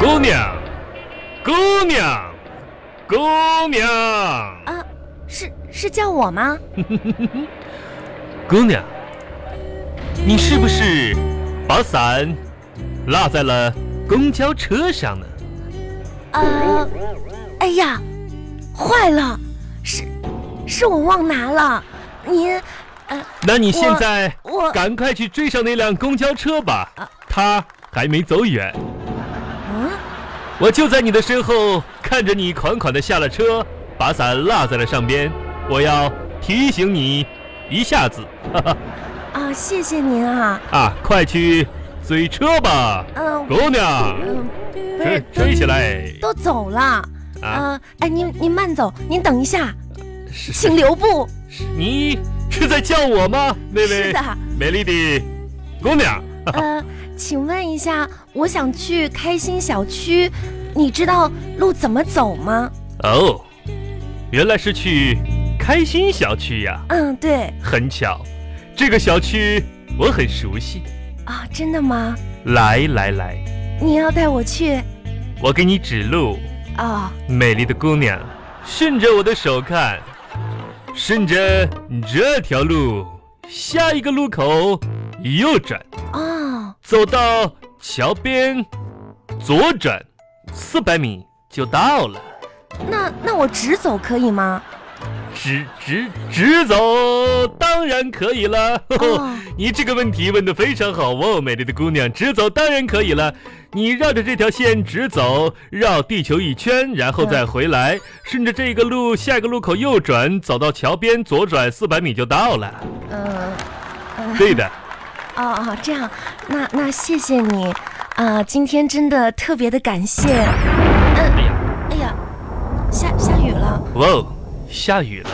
姑娘，姑娘，姑娘，啊，是是叫我吗？姑娘，你是不是把伞落在了公交车上呢？呃，哎呀，坏了，是是我忘拿了。您，呃，那你现在我赶快去追上那辆公交车吧啊，它还没走远。嗯，我就在你的身后看着你款款的下了车，把伞落在了上边。我要提醒你一下子，哈哈啊，谢谢您啊。啊，快去追车吧，嗯、姑娘，嗯、不追是追起来都走了。啊！呃，哎，您您慢走，您等一下，是请 留步。是你是在叫我吗，那是位的，美丽的姑娘？呃，请问一下，我想去开心小区，你知道路怎么走吗？哦，原来是去开心小区呀、嗯，对很巧，这个小区我很熟悉。啊，真的吗？来来来，你要带我去？我给你指路。哦，美丽的姑娘，顺着我的手看，顺着这条路，下一个路口右转，哦，走到桥边，左转，四百米就到了。那那我直走可以吗？直直直走当然可以了。 呵呵哦你这个问题问得非常好哦，美丽的姑娘，直走当然可以了。你绕着这条线直走，绕地球一圈，然后再回来，顺着这个路，下一个路口右转，走到桥边，左转四百米就到了。呃，对的，哦哦，这样，那那谢谢你，啊、今天真的特别的感谢。哎呀，哎呀，下下雨了，哇哦，下雨了，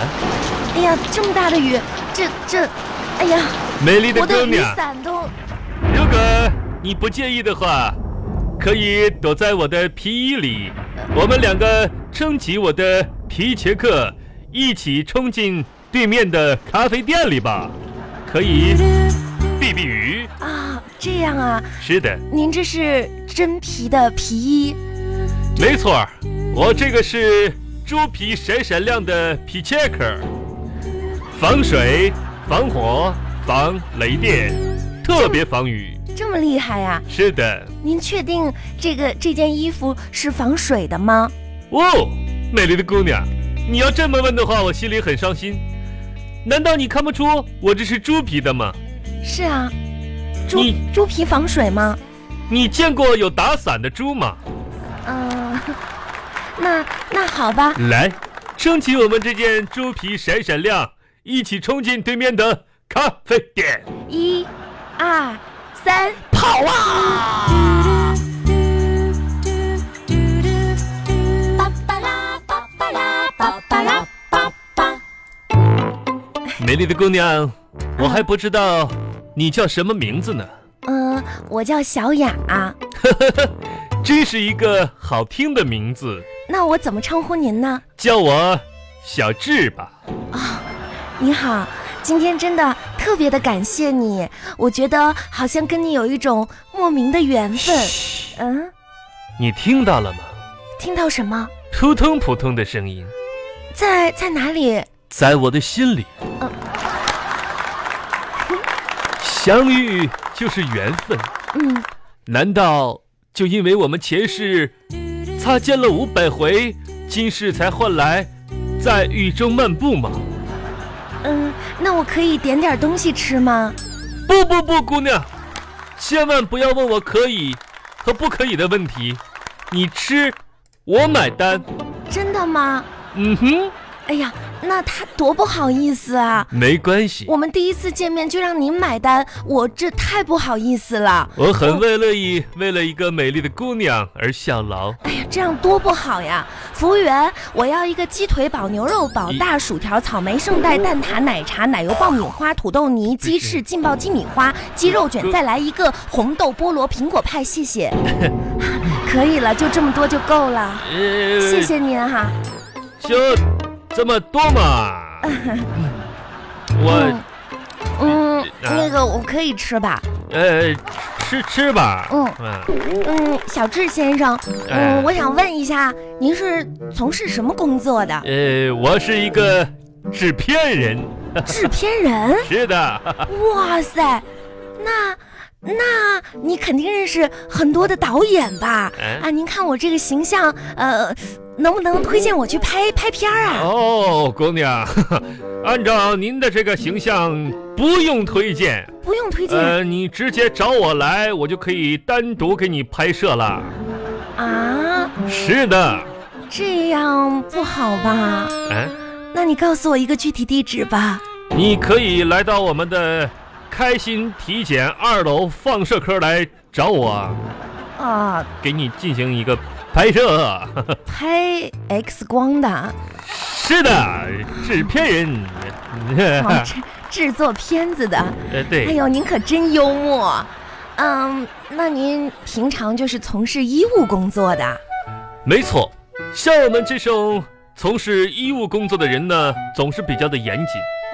哎呀，这么大的雨，这这，哎呀，美丽的我姑的雨娘，伞都，如果你不介意的话，可以躲在我的皮衣里，我们两个撑起我的皮夹克，一起冲进对面的咖啡店里吧，可以避避雨。啊，这样啊，是的，您这是真皮的皮衣没错儿，我这个是猪皮闪闪亮的皮夹克，防水、防火、防雷电，特别防雨。这么厉害呀、是的。您确定这个这件衣服是防水的吗？哦，美丽的姑娘，你要这么问的话，我心里很伤心。难道你看不出我这是猪皮的吗？是啊，猪你猪皮防水吗？你见过有打伞的猪吗？嗯、 那那好吧，来，撑起我们这件猪皮闪闪亮，一起冲进对面的咖啡店。一、二、三，跑啊！巴巴拉巴巴拉巴巴拉巴巴。美丽的姑娘，我还不知道你叫什么名字呢，嗯、我叫小雅、啊真是一个好听的名字，那我怎么称呼您呢？叫我小智吧。你好，今天真的特别的感谢你，我觉得好像跟你有一种莫名的缘分。嘘嗯，你听到了吗？听到什么？扑通扑通的声音，在在哪里？在我的心里。嗯相遇就是缘分，嗯，难道就因为我们前世擦肩了五百回，今世才换来在雨中漫步吗？嗯，那我可以点点东西吃吗？不不不，姑娘，千万不要问我可以和不可以的问题，你吃，我买单。真的吗？嗯哼，哎呀，那他多不好意思啊！没关系。我们第一次见面就让您买单，我这太不好意思了。我很为乐意为了一个美丽的姑娘而效劳。哎呀，这样多不好呀！服务员，我要一个鸡腿堡、牛肉堡、一大薯条、草莓圣代、蛋挞、奶茶、奶油爆米花、土豆泥、鸡是翅、劲爆鸡米花、鸡肉卷，哥再来一个红豆菠萝苹果派，谢谢。 可以了，就这么多就够了，呃谢谢您哈、就这么多 嘛。我嗯，嗯嗯啊那个我可以吃吧？呃，吃吃吧。嗯嗯，嗯，小智先生，哎？嗯，我想问一下，您是从事什么工作的 呃，我是一个纸片人，制片人？是的。 哇塞，那那你肯定认识很多的导演吧？哎啊，您看我这个形象，呃，能不能推荐我去拍拍片儿啊？哦，姑娘， 呵呵按照您的这个形象，不用推荐，不用推荐、呃，你直接找我来，我就可以单独给你拍摄了。呃啊，是的，这样不好吧？哎，那你告诉我一个具体地址吧。你可以来到我们的开心体检二楼放射科来找我，啊，给你进行一个拍摄。 呵呵拍 X 光的，是的，纸片人，哦，制制作片子的。 呃，哎对，呦，您可真幽默。嗯，那您平常就是从事医务工作的？没错，像我们这种从事医务工作的人呢，总是比较的严谨。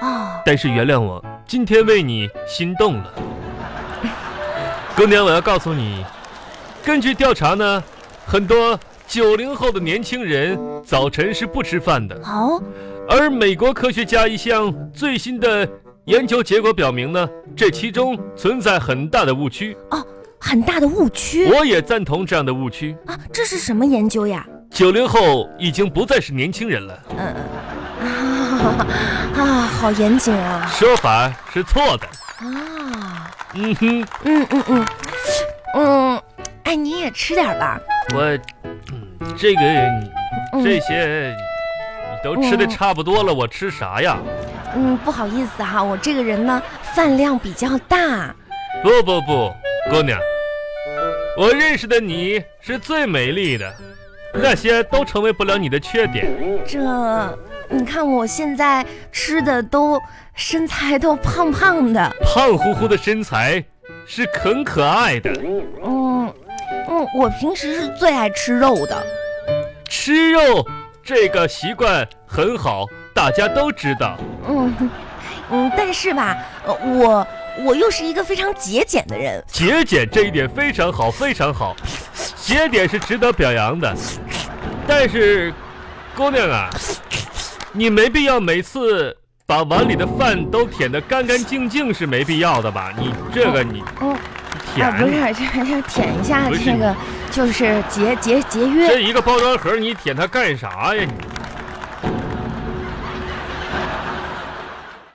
哦，但是原谅我，今天为你心动 了。姑娘，我要告诉你，根据调查呢，很多九零后的年轻人早晨是不吃饭的。哦，而美国科学家一项最新的研究结果表明呢，这其中存在很大的误区。很大的误区我也赞同这样的误区。啊！这是什么研究呀？九零后已经不再是年轻人了，嗯、啊啊，好严谨啊！说法是错的。啊，嗯哼，嗯嗯嗯嗯，哎，你也吃点儿吧。我，嗯，这个。嗯这些你都吃的差不多了，我吃啥呀？嗯，不好意思哈、我这个人呢饭量比较大。不不不，姑娘，我认识的你是最美丽的，那些都成为不了你的缺点。这，你看我现在吃的都身材都胖胖的。胖乎乎的身材是很可爱的，嗯嗯，我平时是最爱吃肉的。吃肉这个习惯很好，大家都知道。嗯嗯，但是吧，呃我我又是一个非常节俭的人。节俭这一点非常好，非常好，节俭是值得表扬的。但是，姑娘啊，你没必要每次把碗里的饭都舔得干干净净是没必要的吧？你这个你嗯，啊，不是舔，，这这舔一下不是这个就是节节节约。这一个包装盒你舔它干啥呀？你